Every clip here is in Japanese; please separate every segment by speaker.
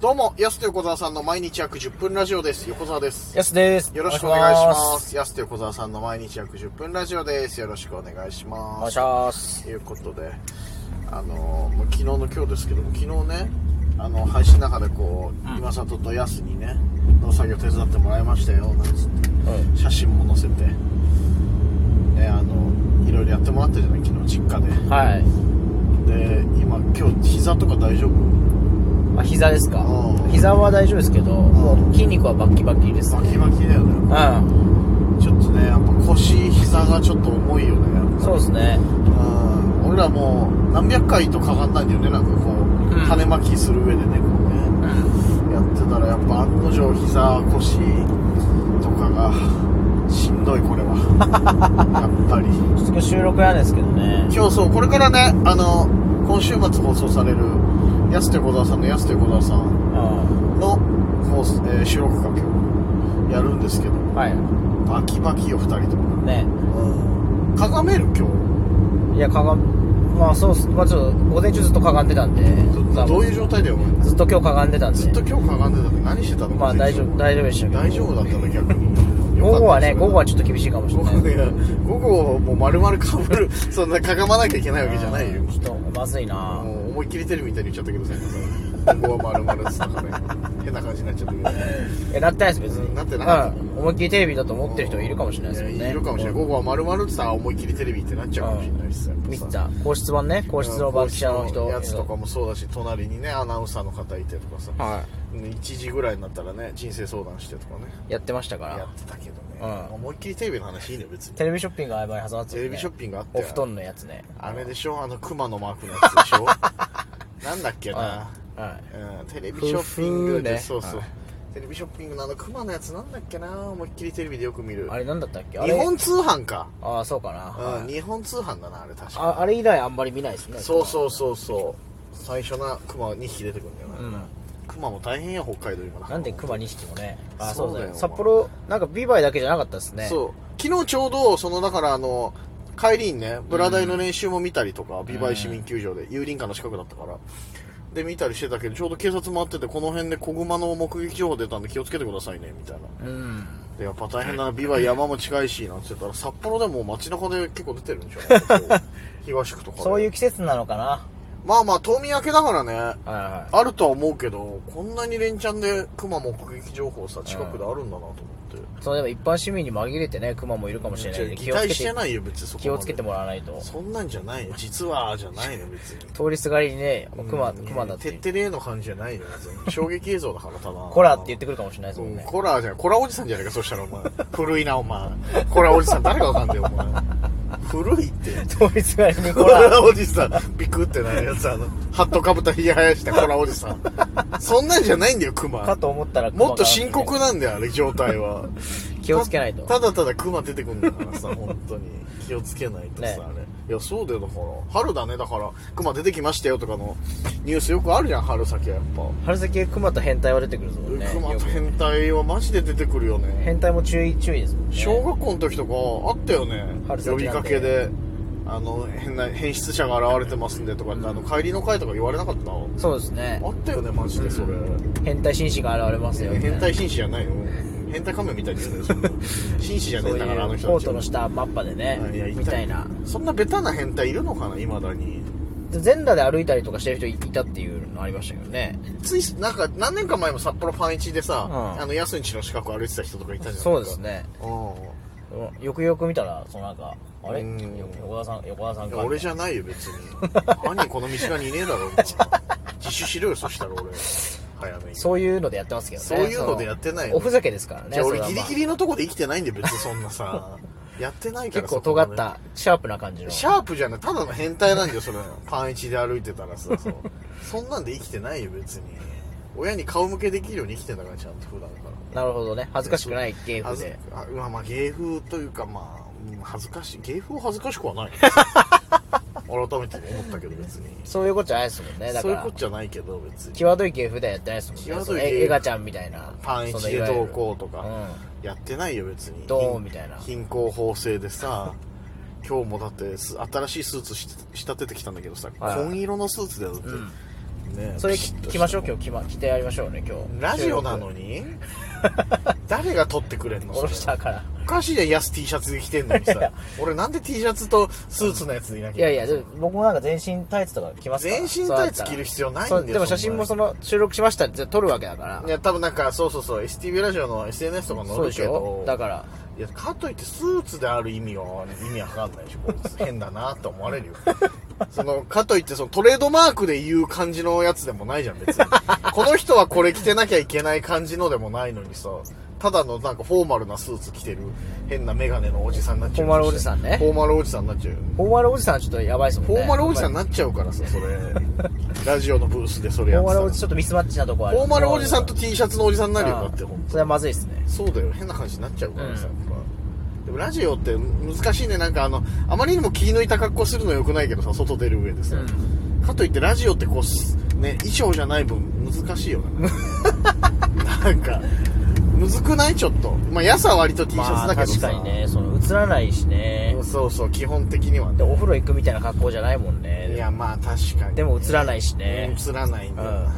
Speaker 1: どうも、ヤスと横澤さんの毎日約10分ラジオです。横澤です。
Speaker 2: やすです。
Speaker 1: よろしくお願いしま
Speaker 2: お
Speaker 1: す。ヤスと横澤さんの毎日約10分ラジオです。よろしくお願いします。
Speaker 2: 願いします。
Speaker 1: ということで、あのー、もう昨日の今日ですけども、昨日ね、あの、配信の中でこう、今里とヤスにね、農作業手伝ってもらいましたよ、なんつって、
Speaker 2: うん
Speaker 1: 写真も載せて、ね、あの、いろいろやってもらったじゃない、昨日実家で。
Speaker 2: はい。
Speaker 1: で、今、今日膝とか大丈夫
Speaker 2: あ、膝ですか
Speaker 1: うん
Speaker 2: 膝は大丈夫ですけど、もう筋肉はバキバキです
Speaker 1: バ
Speaker 2: ね。
Speaker 1: キバキだよね。
Speaker 2: うん。
Speaker 1: ちょっとね、やっぱ腰、膝がちょっと重いよね。
Speaker 2: そうですね。
Speaker 1: うん。俺らもう何百回とかかんないんだよね、なんかこう、
Speaker 2: うん
Speaker 1: 種まきする上でね、こう
Speaker 2: う
Speaker 1: ね、
Speaker 2: ん。
Speaker 1: やってたらやっぱ案の定膝、腰とかがしんどい、これは。やっぱり。
Speaker 2: ちょっと今日収録なんですけどね。
Speaker 1: 今日そう、これからね、あの、今週末放送される、やすと横澤さんのやすと横澤さ
Speaker 2: うんん。
Speaker 1: の放送、えー収録か今日やるんですけど、
Speaker 2: はい。
Speaker 1: バキバキよ、二人とも。
Speaker 2: ね。
Speaker 1: うん。かがめる、今日。
Speaker 2: いや、かがん、まあそうっす。まあちょっと、午前中ずっとかがんでたんで。
Speaker 1: どどういうう状態だよお前
Speaker 2: ずっと今日かがんでたんで。
Speaker 1: ずっと今日かがんでたって何してたの
Speaker 2: まあ大丈夫、大丈夫でしたけど。
Speaker 1: 大丈夫だったの逆に
Speaker 2: 午後はね、
Speaker 1: よか
Speaker 2: 午
Speaker 1: った
Speaker 2: 後はちょっと厳しいかもし
Speaker 1: 午
Speaker 2: れない。
Speaker 1: 後いや午後もう丸々かぶ るそんなかがまなきゃいけないわけじゃないよ
Speaker 2: うんちょっと、まずいな
Speaker 1: もう思いっきりテレビみたいに言っちゃったけどさ今さ午後は丸々っつったからね変な感じになっちゃったけど
Speaker 2: いや、なってないです、別に。
Speaker 1: なってなかった
Speaker 2: うん。思いっきりテレビだと思ってる人がいるかもしれないですもん
Speaker 1: や
Speaker 2: ね。
Speaker 1: いるかもしれない午後は丸々っつったら思いっきりテレビってなっちゃうかもしれないですやっぱさ
Speaker 2: 見てた皇室版ね皇室の番記者の人
Speaker 1: やつとかもそうだし隣にねアナウンサーの方いてとかさ
Speaker 2: は
Speaker 1: 1時ぐらいになったらね人生相談してとかね
Speaker 2: いやってましたか
Speaker 1: や
Speaker 2: ら
Speaker 1: ってたけどね、
Speaker 2: うん
Speaker 1: 思いっきりテレビの話いいね 別に
Speaker 2: テレビショッピングがあいまい挟まってた
Speaker 1: テ
Speaker 2: よね
Speaker 1: レビショッピングあった
Speaker 2: お
Speaker 1: よ
Speaker 2: 布団のやつね
Speaker 1: あれでしょあの熊のマークのやつで しょなんだっけな、
Speaker 2: うんはい
Speaker 1: うん、テレビショッピングで、
Speaker 2: ふふーね
Speaker 1: そうそう、
Speaker 2: はい
Speaker 1: テレビショッピングのあの熊のやつなんだっけな思いっきりテレビでよく見る
Speaker 2: あれなんだったっけあ
Speaker 1: 日
Speaker 2: れ
Speaker 1: 本通販か、
Speaker 2: ああそうかな
Speaker 1: うん、
Speaker 2: はい
Speaker 1: 日本通販だなあれ確か
Speaker 2: ああれ以来あんまり見ないですね
Speaker 1: そうそうそうそう最初な熊2匹出てくるんだよな、
Speaker 2: うん
Speaker 1: 熊も大変よ北海道今
Speaker 2: なんでクマ2匹もねあ
Speaker 1: そ
Speaker 2: そうう
Speaker 1: だよ
Speaker 2: だよ札幌なんかビバイだけじゃなかったですね
Speaker 1: そう昨日ちょうどそのだからあの帰りにねブラダイの練習も見たりとか、美唄市民球場で遊林館の近くだったからで見たりしてたけどちょうど警察回っててこの辺で子熊の目撃情報出たんで気をつけてくださいねみたいな
Speaker 2: うん
Speaker 1: でやっぱ大変だ な美唄山も近いしなんて言ったら札幌でも街中で結構出てるんでしょ なんかこう東区とかで
Speaker 2: そういう季節なのかな
Speaker 1: まあまあ冬眠明けだからね
Speaker 2: はいはい
Speaker 1: あるとは思うけどこんなに連チャンで熊目撃情報さ近くであるんだなと思って、
Speaker 2: そうでも一般市民に紛れてねクマもいるかもしれないんで
Speaker 1: 擬
Speaker 2: 気をつ
Speaker 1: 態
Speaker 2: け
Speaker 1: して
Speaker 2: て
Speaker 1: ないよ別にそこまで
Speaker 2: 気をつけてもらわないと
Speaker 1: そんなんじゃないよ実はじゃないよ別 に
Speaker 2: 通りすがりにねクマクマだってて
Speaker 1: ってれーの感じじゃないよ別に衝撃映像だからただ
Speaker 2: コラって言ってくるかもしれないです
Speaker 1: う
Speaker 2: もん
Speaker 1: ん
Speaker 2: ね
Speaker 1: コラじゃんコラおじさんじゃないかそしたらお前古いなお前コラおじさん誰かわかんないよお前古いって
Speaker 2: 通りすがりに
Speaker 1: コ
Speaker 2: コ ラ
Speaker 1: ラおじさんビクってなるやつあのハットかぶったひげ生やしたコラおじさんそんなんじゃないんだよク
Speaker 2: か
Speaker 1: マ
Speaker 2: と思ったら熊が
Speaker 1: もっと深刻なんだよあれ状態は
Speaker 2: 気をつけないと
Speaker 1: たただただクマ出てくるんだからさ本当に気をつけないとさ、
Speaker 2: ね
Speaker 1: あれいやそうだよだから春だねだからクマ出てきましたよとかのニュースよくあるじゃん春先はやっぱ、
Speaker 2: 春先熊と変態は出てくるぞもんね
Speaker 1: クマ
Speaker 2: よ
Speaker 1: と
Speaker 2: く
Speaker 1: 変態はマジで出てくるよね
Speaker 2: 変態も注意注意ですもんね
Speaker 1: 小学校の時とかあったよね
Speaker 2: 春先
Speaker 1: 呼
Speaker 2: なん
Speaker 1: び
Speaker 2: て
Speaker 1: かけであの変な変質者が現れてますんでとか、あの帰りの会とか言われなかったあ
Speaker 2: そうですね
Speaker 1: ったよねマジでそれ、
Speaker 2: 変態紳士が現れますよみたい
Speaker 1: 変
Speaker 2: な
Speaker 1: 態紳士じゃないよ変態仮面みたいですねそれ紳士じゃね
Speaker 2: そ
Speaker 1: えん
Speaker 2: うい
Speaker 1: だ
Speaker 2: う
Speaker 1: からあの人
Speaker 2: コ
Speaker 1: た
Speaker 2: ー
Speaker 1: ち
Speaker 2: ト
Speaker 1: は
Speaker 2: の下マッパでね
Speaker 1: いや
Speaker 2: みたいな
Speaker 1: そんなベタな変態いるのかないまだに
Speaker 2: 全裸で歩いたりとかしてる人いたっていうのありましたけどね
Speaker 1: ついなんか何年か前も札幌パンイチでさ、
Speaker 2: うん
Speaker 1: あの安んちの近く歩いてた人とかいたじゃない
Speaker 2: そうですね
Speaker 1: う
Speaker 2: よくよく見たらそのなんかあれ
Speaker 1: うん
Speaker 2: よ横田さん横田さん
Speaker 1: んい
Speaker 2: か
Speaker 1: や俺じゃないよ別に兄この身近にいねえだろお前自首しろよそしたら俺早めに
Speaker 2: そういうのでやってますけどね
Speaker 1: そういうのでやってないよ
Speaker 2: そのおふざけですからね
Speaker 1: じゃあ俺
Speaker 2: そ
Speaker 1: ギ
Speaker 2: れ
Speaker 1: リ
Speaker 2: はまあ
Speaker 1: ギリのとこで生きてないんで別にそんなさやってないから
Speaker 2: 結構
Speaker 1: そこま
Speaker 2: 尖
Speaker 1: で
Speaker 2: ったシャープな感じの
Speaker 1: シャープじゃないただの変態なんだよそれパンイチで歩いてたら さそうそんなんで生きてないよ別に親に顔向けできるように生きてんだからちゃんと普段から
Speaker 2: なるほどね恥ずかしくない芸
Speaker 1: は
Speaker 2: 風
Speaker 1: ず
Speaker 2: で
Speaker 1: あまあまあ芸風というかまあうん恥ずかしい芸風は恥ずかしくは ない改めて思ったけど別に
Speaker 2: そういうことじゃないですもんねだ
Speaker 1: そ
Speaker 2: か
Speaker 1: ういう
Speaker 2: ら
Speaker 1: ことじゃないけど別に
Speaker 2: 際どい芸風ではやってないですもんね
Speaker 1: 際どい
Speaker 2: その
Speaker 1: 芸
Speaker 2: えエガちゃんみたいな
Speaker 1: パンイ
Speaker 2: そ
Speaker 1: チ
Speaker 2: の
Speaker 1: で
Speaker 2: いわゆ
Speaker 1: ど
Speaker 2: る
Speaker 1: うこうとか
Speaker 2: う
Speaker 1: やってないよ別に
Speaker 2: どうみたいな
Speaker 1: 貧困法制でさ 今日もだってす新しいスーツし仕立ててきたんだけどさ、
Speaker 2: はい
Speaker 1: 紺色のスーツだよだって、
Speaker 2: ん
Speaker 1: ね
Speaker 2: それき着ましょう
Speaker 1: う
Speaker 2: 今日着ま着てやりましょうね今日
Speaker 1: ラジオなの に誰が撮ってくれんの
Speaker 2: おろし
Speaker 1: それ
Speaker 2: たから
Speaker 1: おかしいじゃん安 T シャツで着てんのに
Speaker 2: いや
Speaker 1: さ俺なんで T シャツとスーツのやつでいなきゃ
Speaker 2: いやいやでも僕もなんか全身タイツとか着ますから
Speaker 1: 全身タイツ着る必要ないんだよ
Speaker 2: そうでも写真も
Speaker 1: そ
Speaker 2: そ
Speaker 1: ん
Speaker 2: の収録しましたって撮るわけだから
Speaker 1: いや多分なんかそうそうそう STV ラジオの SNS とか
Speaker 2: そう
Speaker 1: 載
Speaker 2: で
Speaker 1: る
Speaker 2: し
Speaker 1: けど
Speaker 2: ょだから
Speaker 1: いやかといってスーツである意味は意味わかんないでしょこいつ変だなって思われるよ そのかといってそのトレードマークで言う感じのやつでもないじゃん別 にこの人はこれ着てなきゃいけない感じのでもないのにさただのなんかフォーマルなスーツ着てる変なメガネのおじさんになっちゃう
Speaker 2: フォーマルおじさんね
Speaker 1: フォーマルおじさんになっちゃうよ
Speaker 2: フォーマルおじさんはちょっとやばいですもん
Speaker 1: フ
Speaker 2: ね
Speaker 1: ォーマルおじさんに
Speaker 2: フ
Speaker 1: なっちゃうからさ それラジオのブースでそれ
Speaker 2: ォ
Speaker 1: やって
Speaker 2: ー
Speaker 1: た
Speaker 2: マ
Speaker 1: ら
Speaker 2: ルおじちょっとミスマッチなとこあ
Speaker 1: フ
Speaker 2: る
Speaker 1: ォーマルおじさんと
Speaker 2: フォーマル
Speaker 1: T シャツのおじさんになるよ
Speaker 2: あ
Speaker 1: だ
Speaker 2: あ
Speaker 1: って本
Speaker 2: それはまずいですね
Speaker 1: そうだよ変な感じになっちゃうからさ、
Speaker 2: うん
Speaker 1: やっぱでもラジオって難しいねなんかあのあまりにも気抜いた格好するのよくないけどさ外出る上でさ、かといってラジオってこうすね衣装じゃない分難しいよななんかむずくないちょっとまあ安は割と T シャツだけどさ、
Speaker 2: まあ確かにねその映らないしね
Speaker 1: そうそう基本的には
Speaker 2: で
Speaker 1: ね
Speaker 2: お風呂行くみたいな格好じゃないもんね
Speaker 1: いやまあ確かに
Speaker 2: でも映らないし
Speaker 1: ね
Speaker 2: ね
Speaker 1: 映らないんだよな、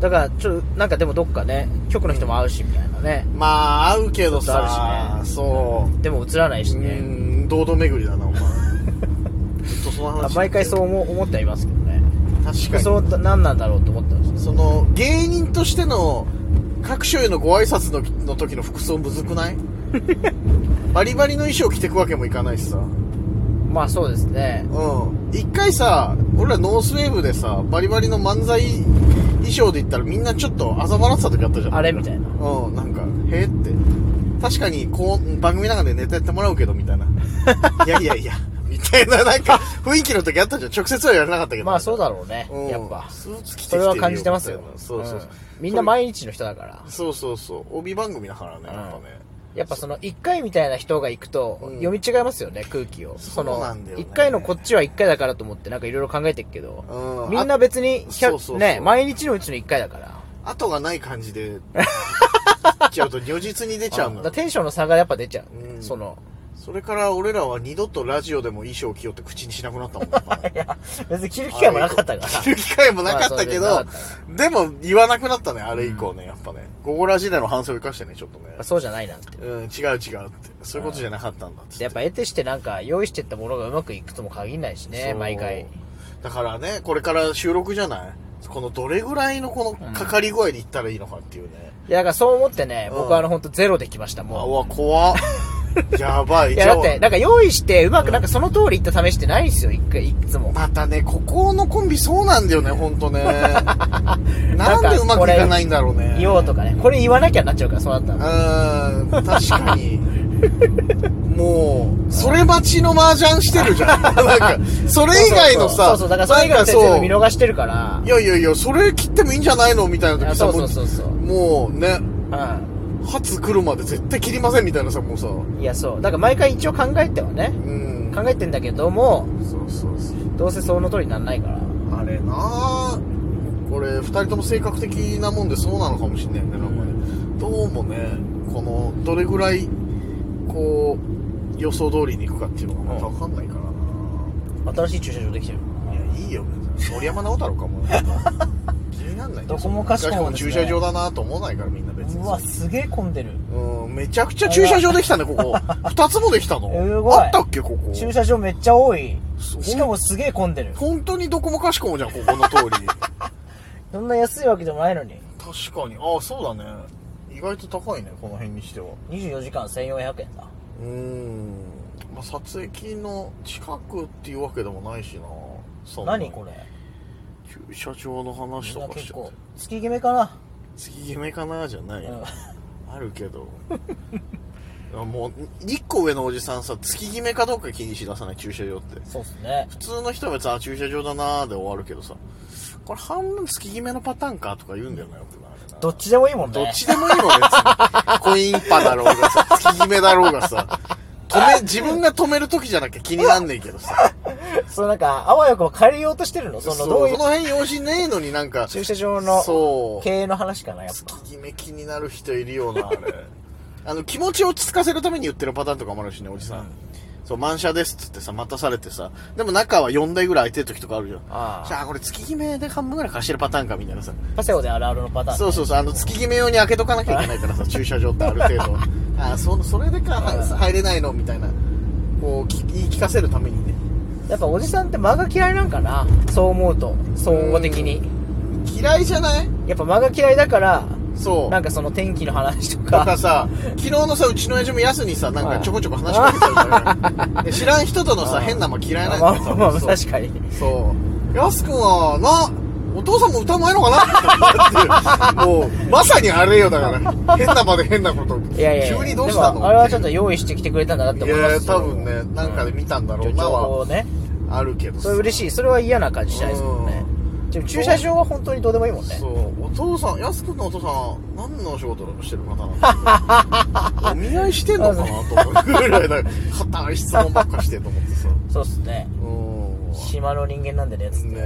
Speaker 2: だからちょっとなんかでもどっかね局の人も会うしみたいなね
Speaker 1: まあ合うけど
Speaker 2: ちょっとあ
Speaker 1: さ、
Speaker 2: るしね
Speaker 1: そう
Speaker 2: でも映らないし
Speaker 1: う
Speaker 2: ね
Speaker 1: ーん堂々巡りだなお前ずっとその話
Speaker 2: 毎回そう
Speaker 1: う
Speaker 2: 思思ってはいますけどね
Speaker 1: 確かに
Speaker 2: そう何なんだろうと思ったんです
Speaker 1: そ
Speaker 2: よ
Speaker 1: の芸人としての各所へのご挨拶のの時の服装むずくない バリバリの衣装着てくわけもいかないしさ
Speaker 2: まあそうですね
Speaker 1: うん一回さ俺らノースウェーブでさバリバリの漫才衣装で言ったらみんなちょっとあざ笑ってた時あったじゃん
Speaker 2: あれみたいな
Speaker 1: うんなんかへえって確かにこう番組の中でネタやってもらうけどみ たいないやいやいやみたいななんか雰囲気の時あったじゃん直接はやらなかったけど
Speaker 2: まあそう
Speaker 1: だ
Speaker 2: だろうねやっぱ
Speaker 1: スーツ着てきて
Speaker 2: そ
Speaker 1: る
Speaker 2: れは感じてますよ
Speaker 1: みたいなそうそうそう、
Speaker 2: んみんな毎日の人だから
Speaker 1: そうそうそう帯番組だからねやっぱね、
Speaker 2: やっぱその1回みたいな人が行くと
Speaker 1: うん
Speaker 2: 読み違いますよね空気を
Speaker 1: そう
Speaker 2: の
Speaker 1: なんだよね
Speaker 2: 1回のこっちは1回だからと思ってなんかいろいろ考えてるけど
Speaker 1: うん
Speaker 2: みんな別にひゃ
Speaker 1: そうそうそう
Speaker 2: ね毎日のうちの1回だから
Speaker 1: 後がない感じでちゃうと如実に出ちゃう
Speaker 2: あだ
Speaker 1: の
Speaker 2: から
Speaker 1: よ
Speaker 2: テンションの差がやっぱ出ちゃう、
Speaker 1: うん
Speaker 2: その
Speaker 1: それから俺らは二度とラジオでも衣装着ようって口にしなくな ったもんだから
Speaker 2: 別に着る機会もなかったから
Speaker 1: 着る 機会もなかったけ
Speaker 2: まあ
Speaker 1: ど
Speaker 2: そうで、
Speaker 1: でも言わなくなったね、あれ以降ね、やっぱね。午後ラジでの反省を生かしてね、ちょっとね。
Speaker 2: そうじゃないなんて
Speaker 1: うん、違う違うって。そういうことじゃなかったんだって。
Speaker 2: やっぱ得てしてなんか用意してったものがうまくいくとも限らないしね
Speaker 1: そう
Speaker 2: 毎回。
Speaker 1: だからね、これから収録じゃないこのどれぐらいのこのかかり具合で行ったらいいのかっていうね。
Speaker 2: いやだからそう思ってね、
Speaker 1: うん
Speaker 2: 僕はあの本当ゼロで来ました
Speaker 1: うわ、
Speaker 2: も
Speaker 1: うわ 怖っやば
Speaker 2: う
Speaker 1: い。
Speaker 2: いや
Speaker 1: じゃあ
Speaker 2: だってなんか用意してうまくなんかその通りいった試してないですよ一回いつも
Speaker 1: またね、ここのコンビそうなんだよね、ほん とね。なん
Speaker 2: か
Speaker 1: でうまくいかないんだろうね。
Speaker 2: 言おうとかねこれ言わなきゃなっちゃうからそうなった
Speaker 1: う
Speaker 2: の
Speaker 1: ーん、確かに。もう、それ待ちの麻雀してるじ ゃん。なんか、それ以外の
Speaker 2: そ
Speaker 1: さ、
Speaker 2: うそうだからそれ以外の
Speaker 1: なん
Speaker 2: 全
Speaker 1: か
Speaker 2: 部
Speaker 1: そう
Speaker 2: 見逃してるから
Speaker 1: いやいやいや、それ切ってもいいんじゃないのみたい
Speaker 2: い
Speaker 1: な
Speaker 2: や
Speaker 1: 時さ、
Speaker 2: そう
Speaker 1: も
Speaker 2: そううそうそう
Speaker 1: もうね、
Speaker 2: う
Speaker 1: 初来るまで絶対切りませんみたいなさ、もうさ。うん
Speaker 2: いやそうだから毎回一応考えてはね
Speaker 1: ん。
Speaker 2: 考えてんだけども
Speaker 1: そうそうそう。
Speaker 2: どうせその通りになんないから
Speaker 1: あれなあこれ、二人とも性格的なもんでそうなのかもしんないね、なんかね。どうもね、この、どれぐらい、こう、予想通りに行くかっていうのがまたわかんないからな、
Speaker 2: 新しい駐車場できてる
Speaker 1: いや、いいよ、別に森山直太朗かも。気になんない
Speaker 2: どこもかしこもですね
Speaker 1: しも駐車場だなと思わないから、みんな別に。
Speaker 2: すげえ混んでる
Speaker 1: うん、めちゃくちゃ駐車場できたね、ここ。二つもできたの
Speaker 2: すごい
Speaker 1: あったっけ、ここ。
Speaker 2: 駐車場めっちゃ多い
Speaker 1: そう
Speaker 2: しかもすげえ混んでる
Speaker 1: 本当にどこもかしこもじゃん、ここの通り。
Speaker 2: そんな安いわけでもないのに
Speaker 1: 確かに。ああ、そうだね。意外と高いね、この辺にしては。
Speaker 2: 24時間1400円だ
Speaker 1: うーん。まあ、撮影機の近くっていうわけでもないしな。そんな
Speaker 2: 何これ
Speaker 1: 駐車場の話
Speaker 2: みん
Speaker 1: と
Speaker 2: な
Speaker 1: かし
Speaker 2: 結
Speaker 1: ちゃっ
Speaker 2: 構
Speaker 1: て。
Speaker 2: 月決めかな
Speaker 1: 月決めかなじゃないよ。
Speaker 2: う
Speaker 1: あるけど あもう1個上のおじさんさ月決めかどうか気にしださない駐車場って
Speaker 2: んそうっすね
Speaker 1: 普通の人は別にあ駐車場だなーで終わるけどさこれ半分月決めのパターンかとか言うんだよなよくなあれな
Speaker 2: どっちでもいいもんね
Speaker 1: どっちでもいいの別にコインパだろうがさ月決めだろうがさ止め自分が止める時じゃなきゃ気になんねえけどさ
Speaker 2: そうなんかあわよくば借りようとしてる のその
Speaker 1: そう
Speaker 2: どうい
Speaker 1: そうの辺用心ねえのになんか
Speaker 2: 駐車場の
Speaker 1: そう
Speaker 2: 経営の話かなやっぱ
Speaker 1: 月決め気にな る人いるよなあれあの気持ちを落ち着かせるために言ってるパターンとかもあるしねおじさん、そう、満車ですっつってさ、待たされてさ、でも中は4台ぐらい空いてる時とかあるじゃん。
Speaker 2: あ
Speaker 1: じゃあこれ月決めで半分ぐらい貸してるパターンかみたいなさ。
Speaker 2: パセオであるあるのパターン。
Speaker 1: そうそうそう、あの月決め用に開けとかなきゃいけない からさ、駐車場ってある程度。ああ、そ、それでか、入れないのみたいな。こう、き言い聞かせるためにね。
Speaker 2: やっぱおじさんって間が嫌いなんかなそう思うと。総合的に。
Speaker 1: 嫌いじゃない
Speaker 2: やっぱ間が嫌いだから、
Speaker 1: そう。
Speaker 2: なんかその天気の話と
Speaker 1: とか
Speaker 2: か。
Speaker 1: さ、昨日のさ、うちの親父もやすにさ、なんかちょこちょこ話しかけてたから、 ね、知らん人とのさ、
Speaker 2: うん
Speaker 1: 変な間嫌い
Speaker 2: ま
Speaker 1: な
Speaker 2: あ
Speaker 1: んだ
Speaker 2: まあまあ、
Speaker 1: そう
Speaker 2: 確かに。
Speaker 1: そう。やすくんは、な、お父さんも歌うまいのかなっていうもう、まさにあれよ、だから。変な場で変なこと。
Speaker 2: いやいやいや
Speaker 1: 急にどうした
Speaker 2: で
Speaker 1: の
Speaker 2: もあれはちょっと用意してきてくれたんだなって
Speaker 1: い
Speaker 2: 思いま
Speaker 1: や、
Speaker 2: す
Speaker 1: 多分ね、なんかで見たんだろうな
Speaker 2: 情報
Speaker 1: は
Speaker 2: を、ね。
Speaker 1: あるけど
Speaker 2: それ嬉しい。それは嫌な感じしないですもんね。でも駐車場は本当にどうでもいいもんね。
Speaker 1: そう、お父さん、やすくんのお父さん、何のお仕事してるのか なお見合いしてんのかなと思う ぐらいだ、硬い質問ばっかしてと思ってさ。
Speaker 2: そうっすね。
Speaker 1: う
Speaker 2: 島の人間なんでね、つって。
Speaker 1: ん。ね。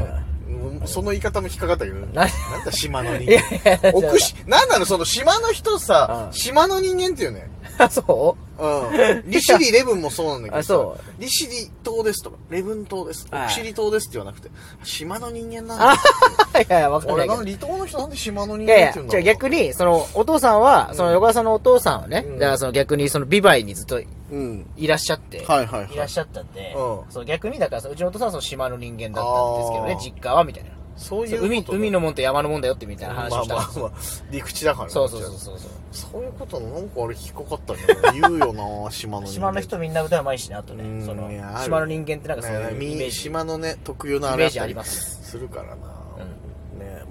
Speaker 1: うんその言い方も引っかかったけど、なん
Speaker 2: な
Speaker 1: だ島の人
Speaker 2: いやいや
Speaker 1: 間。奥し、なんなのその島の人さ、
Speaker 2: うん
Speaker 1: 島の人間っていうね。
Speaker 2: そ
Speaker 1: うん。利尻レブンもそうなんだけど
Speaker 2: あそ
Speaker 1: さ、利尻島ですとか、レブン島です、
Speaker 2: はい
Speaker 1: 奥尻島ですって言わなくて、島の人間なんだ。
Speaker 2: う いやいや、わかんな
Speaker 1: 俺
Speaker 2: い
Speaker 1: な
Speaker 2: け
Speaker 1: ん
Speaker 2: ど
Speaker 1: か。離島の人なんで島の人
Speaker 2: いやい
Speaker 1: 間っ
Speaker 2: や
Speaker 1: ていうん、だ
Speaker 2: じゃ
Speaker 1: ろ
Speaker 2: あ
Speaker 1: う
Speaker 2: 逆に、その、お父さんは、その横川さんのお父さんはね
Speaker 1: う、ん
Speaker 2: だからその逆に、そのビバイにずっと
Speaker 1: うん。
Speaker 2: いらっしゃって、
Speaker 1: はいはいはい
Speaker 2: らっしゃったんで、
Speaker 1: うん
Speaker 2: そう逆に、だからそのうちのお父さんはその島の人間だったんですけど
Speaker 1: あ
Speaker 2: ね
Speaker 1: ー、
Speaker 2: 実家はみたいな。
Speaker 1: そうい
Speaker 2: そうう
Speaker 1: ことね
Speaker 2: 海海のもんと山のもんだよってみたいな話をしたん
Speaker 1: ま
Speaker 2: で
Speaker 1: あ
Speaker 2: す
Speaker 1: まあ
Speaker 2: よ。
Speaker 1: まあ、陸口だからね
Speaker 2: そうそうそうそうそう。
Speaker 1: そういうことなんかあれ引っかかったんじゃない言うよな島の人
Speaker 2: 島の人みんな歌うまいしね、あと
Speaker 1: う
Speaker 2: ね。
Speaker 1: ん
Speaker 2: その
Speaker 1: いやあ、る
Speaker 2: 島の人間ってなんかそう
Speaker 1: ね
Speaker 2: いうイメー
Speaker 1: み
Speaker 2: ジ。
Speaker 1: 島のね特有のあ
Speaker 2: イ
Speaker 1: れ
Speaker 2: メ
Speaker 1: あ
Speaker 2: ー
Speaker 1: っ
Speaker 2: ジ
Speaker 1: た
Speaker 2: あ
Speaker 1: り
Speaker 2: ります
Speaker 1: るからな、ね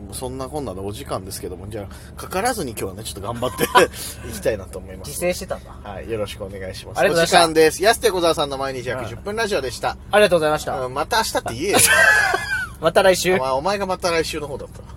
Speaker 1: もうそんなこんなでお時間ですけどもじゃあかからずに今日はねちょっと頑張って いきたいなと思います
Speaker 2: 自制してたんだ。
Speaker 1: はいよろしくお願いします
Speaker 2: ありがとうございました
Speaker 1: お時間です安手小沢さんの毎日約10分ラジオでした、
Speaker 2: ありがとうございました。
Speaker 1: うんまた明日って言えよ
Speaker 2: また来週
Speaker 1: お。前お前がまた来週の方だった